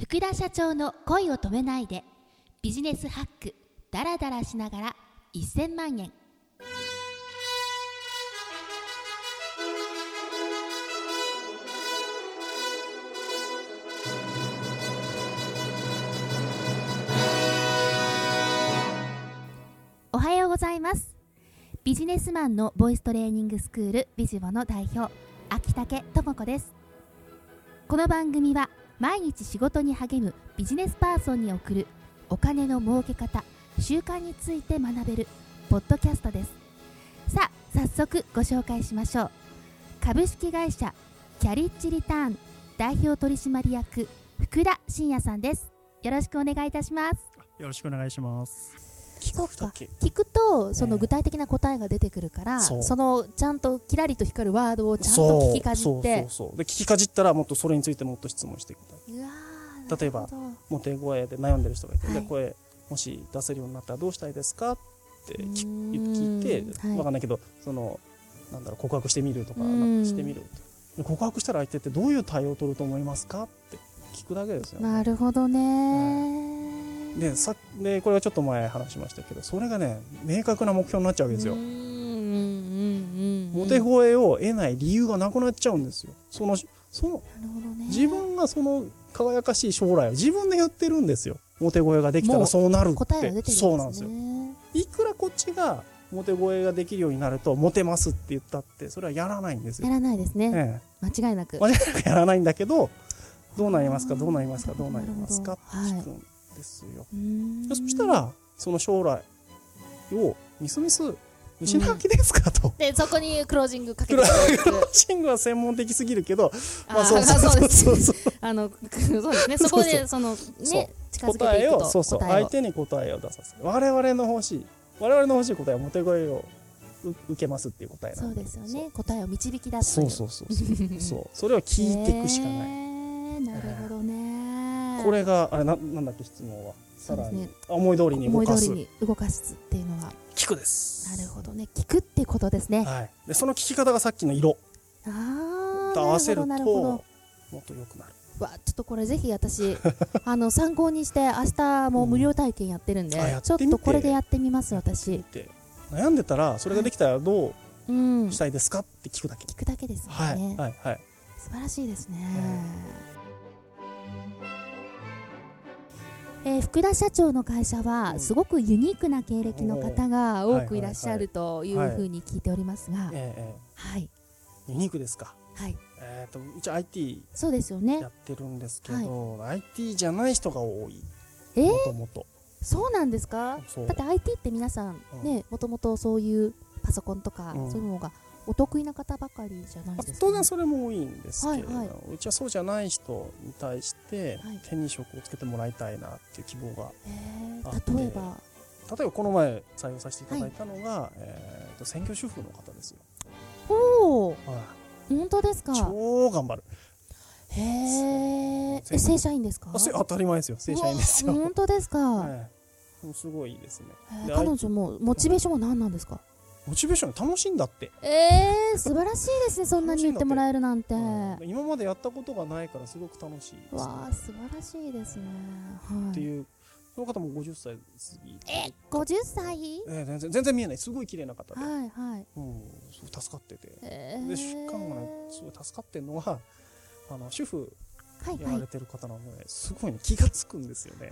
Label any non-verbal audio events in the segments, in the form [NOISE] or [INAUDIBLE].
福田社長の恋を止めないでビジネスハックダラダラしながら1000万円おはようございますビジネスマンのボイストレーニングスクールビジボの代表秋竹智子ですこの番組は毎日仕事に励むビジネスパーソンに送るお金の儲け方習慣について学べるポッドキャストですさあ早速ご紹介しましょう株式会社キャリッジリターン代表取締役福田真也さんですよろしくお願いいたしますよろしくお願いします。聞こうか竹聞くとそえのえ具体的な答えが出てくるから、そうそのちゃんとキラリと光るワードをちゃんとそう聞きかじってそうそうそうで聞きかじったらもっとそれについてもっと質問していきたいうわー例えばなるほどモテ声で悩んでる人がいて、はいで声もし出せるようになったらどうしたいですかってう聞ーん聞いて、はいわかんないけどそのなんだろう告白してみるとかうんなんかしてみるで告白したら相手ってどういう対応を取ると思いますかって聞くだけですよ、なるほどねーでさでこれはちょっと前話しましたけどそれがね明確な目標になっちゃうわけですようーんうんうんうんモテ声を得ない理由がなくなっちゃうんですよそのそのなるほどね自分がその輝かしい将来を自分で言ってるんですよモテ声ができたらそうなるって答えが出てるんです、ね、そうなんですよいくらこっちがモテ声ができるようになるとモテますって言ったってそれはやらないんですやよ、らないですね、え間違いなくえ、間違 [LAUGHS] いなくやらないんだけどどうなりますかどうなりますかどうなりますかって聞くんですよ、うーんでそしたらその将来をみすみす失う気ですかと、でそこにクロージングかけクてラくれるクロージングは専門的すぎるけど、まあーあ、そうそうそうですそう [LAUGHS] そうあのそうですねそこでそのね近づけ答ていえくとをそうそう答え相手に答えを出させる我々の欲しい我々の欲しい答えはモテ声をう受けますっていう答えなそんうですよそうね答えを導き出すといそうそうそ [LAUGHS] うそうそうそれを聞いていくしかない、いなるほどねこれがあれななんだっけ質問はさらそに、うであ思い通りに動思いか通すりに動かすっていうのは聞くですなるほどね聞くってことですねはい、でその聞き方がさっきの色あーと合わせるとなるほどなるもほっと良くなるどわちょっとこれぜひ [LAUGHS] 私あの参考にして明日も無料体験やってるんで、うんあやっちょってみてとこれでやってみます私って悩んでたらそれができたらどうんうし聞たいですかって聞くだけ、くだけですもんね、はいはいはい素晴らしいですね、えー福田社長の会社うはんすごくユニークな経歴の方が多くいらっしゃるというはいはいふうに聞いておりますがえええはいえユニークですかはいえー、とうち IT そうですよねやってるんですけど、IT じゃない人が多いえーもともとそうなんですかそうだって IT って皆さんうんねもともとそういうパソコンとかうんそういうのがお得意な方ばかりじゃないまあですか当然それも多いんですけれど、はいはうちはそうじゃない人に対してはい手に職をつけてもらいたいなっていう希望がへーあって例えば例えばこの前採用させていただいたのが、えー、と専業主婦の方ですよ、おお本当ですか超頑張るへーえ全正社員ですかあせ当たり前ですよ正社員ですうわよ本当ですか、はいもうすごいですねえーで彼女もモチベーションは何なんですかモチベーションが楽しいんだって、えー、素晴らしいですねそんなに言ってもらえるなんて、うん今までやったことがないからすごく楽しいですねわあ素晴らしいですねっはていいう、その方も50歳過ぎて、え50歳えー全然全然見えないすごい綺麗な方で、はいはいうん、すごい助かっててえー、でしかもねすごい助かってるのはあの主婦はいやらはれいてる方なので、すごい、ね、気がつくんですよね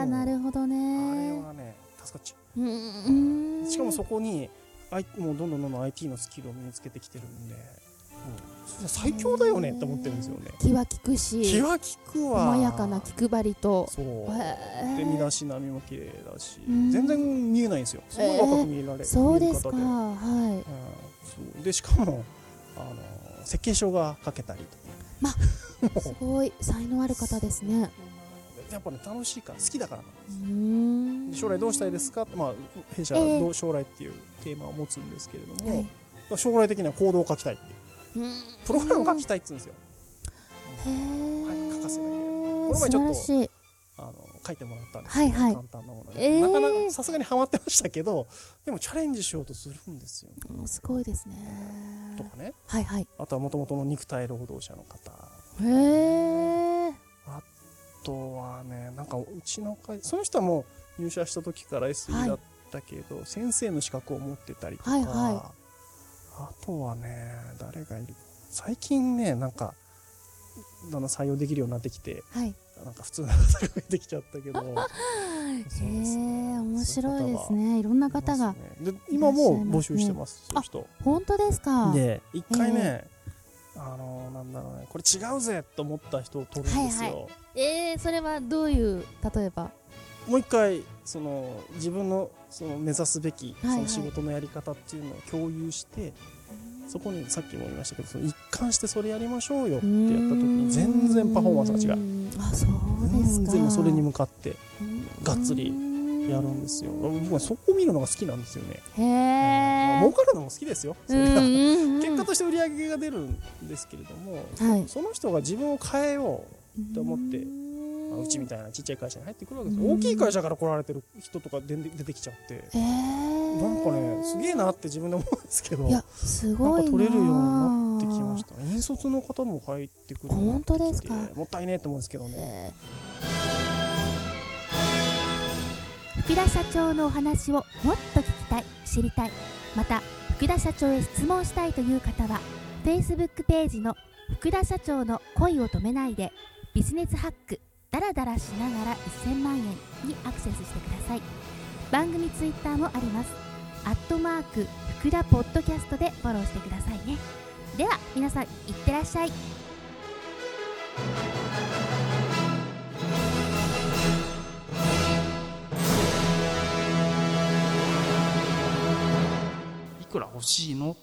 あーうんなるほどれねはね助かっちゃうーんうしかもそこに、あいもうどんどんどんどん IT のスキルを身につけてきてるんで、うん、それ最強だよねって思ってるんですよね気は利く気しは利くわ細やかな気配りとそうへでー身だしなみも綺麗だしうん全然見えないんですよすごい若く見えられる、そうですか見える方はうんそうでしかもあの設計書が書けたりとかいすごい才能ある方ですねやっぱね楽しいから好きだからなんでうすーんで将来どうしたいですかまあ弊社ええどう将来っていうテーマを持つんですけれども、はい将来的には行動を書きたいっていうプログラムを書ききたいって言うんですよへーはい欠かせないけれどこの素前ちょ晴っらとしいあの書いてもらったんですけはいど、はい簡単なもので、ええなかなかさすがにハマってましたけどでもチャレンジしようとするんですよ、うんすごいですねとかねはいはいあとはもともとの肉体労働者の方へえちの会その人はもう入社した時から SE はいだったけど、先生の資格を持ってたりとか、はいはいあとはね誰がいる最近ねなんかだんだん採用できるようになってきてはい。なんか普通の方ができちゃっ [LAUGHS] たけどそうへですねえ、面白いですそういうね。いろんな方方ががいます。ねで今もう募集してますらっそういう人本当ですか。はいで一回ね、あのーなんだろうねこれ違うぜと思った人を取るんですはよ、いはええ、それはどういう例えば。もう一回その自分のその目指すべきそはいはのい仕事のやり方っていうのを共有して、そこにさっきも言いましたけどその一貫してそれやりましょうよってやった時に全然パフォーマンスが違う。うーん。あ、そうです全か。然もうそれに向かってがっつりややるんですよ僕はそこを見るのが好きなんですよねへえ。儲かるのも好きですよそれがうんうんうん結果として売り上げが出るんですけれども、はいその人が自分を変えようと思ってまあうちみたたいなちっちゃい会社に入ってくるわけですようん大きい会社から来られてる人とかでんで出てきちゃっていななんかねすげえなって自分で思うんですけどいなんやかすごいな取れるようになってきました引率の方も入ってくるようになってきて本当ですかもったいねえと思うんですけどねえ福田社長のお話をもっと聞きたい知りたいまた福田社長へ質問したいという方は Facebook ページの「福田社長の恋を止めないでビジネスハックダラダラしながら1000万円」にアクセスしてください番組 Twitter もありますアットマーク福田ポッドキャストでフォローしてくださいねでは皆さんいってらっしゃいいくら欲しいの